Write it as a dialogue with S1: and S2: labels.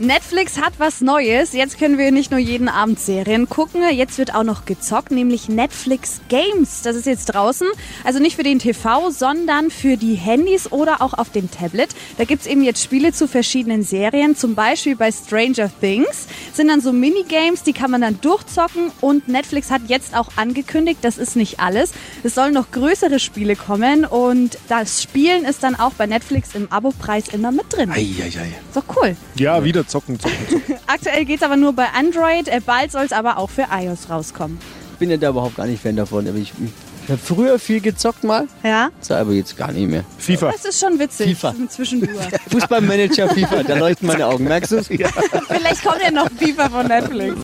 S1: Netflix hat was Neues. Jetzt können wir nicht nur jeden Abend Serien gucken. Jetzt wird auch noch gezockt, nämlich Netflix Games. Das ist jetzt draußen. Also nicht für den TV, sondern für die Handys oder auch auf dem Tablet. Da gibt's eben jetzt Spiele zu verschiedenen Serien. Zum Beispiel bei Stranger Things sind dann so Minigames, die kann man dann durchzocken. Und Netflix hat jetzt auch angekündigt, das ist nicht alles. Es sollen noch größere Spiele kommen. Und das Spielen ist dann auch bei Netflix im Abopreis immer mit drin.
S2: Eieiei.
S1: Ist doch cool.
S2: Ja, wieder zocken, zocken, zocken.
S1: Aktuell geht's aber nur bei Android, äh, bald soll's aber auch für iOS rauskommen.
S3: Ich bin ja da überhaupt gar nicht Fan davon. Aber ich, ich habe früher viel gezockt mal,
S1: Ja?
S3: so, aber jetzt gar nicht mehr.
S2: FIFA.
S1: Das ist schon witzig.
S3: FIFA.
S1: Zwischendurch.
S3: Fußballmanager FIFA, da leuchten meine Augen, merkst du es?
S1: Vielleicht kommt ja noch FIFA von Netflix.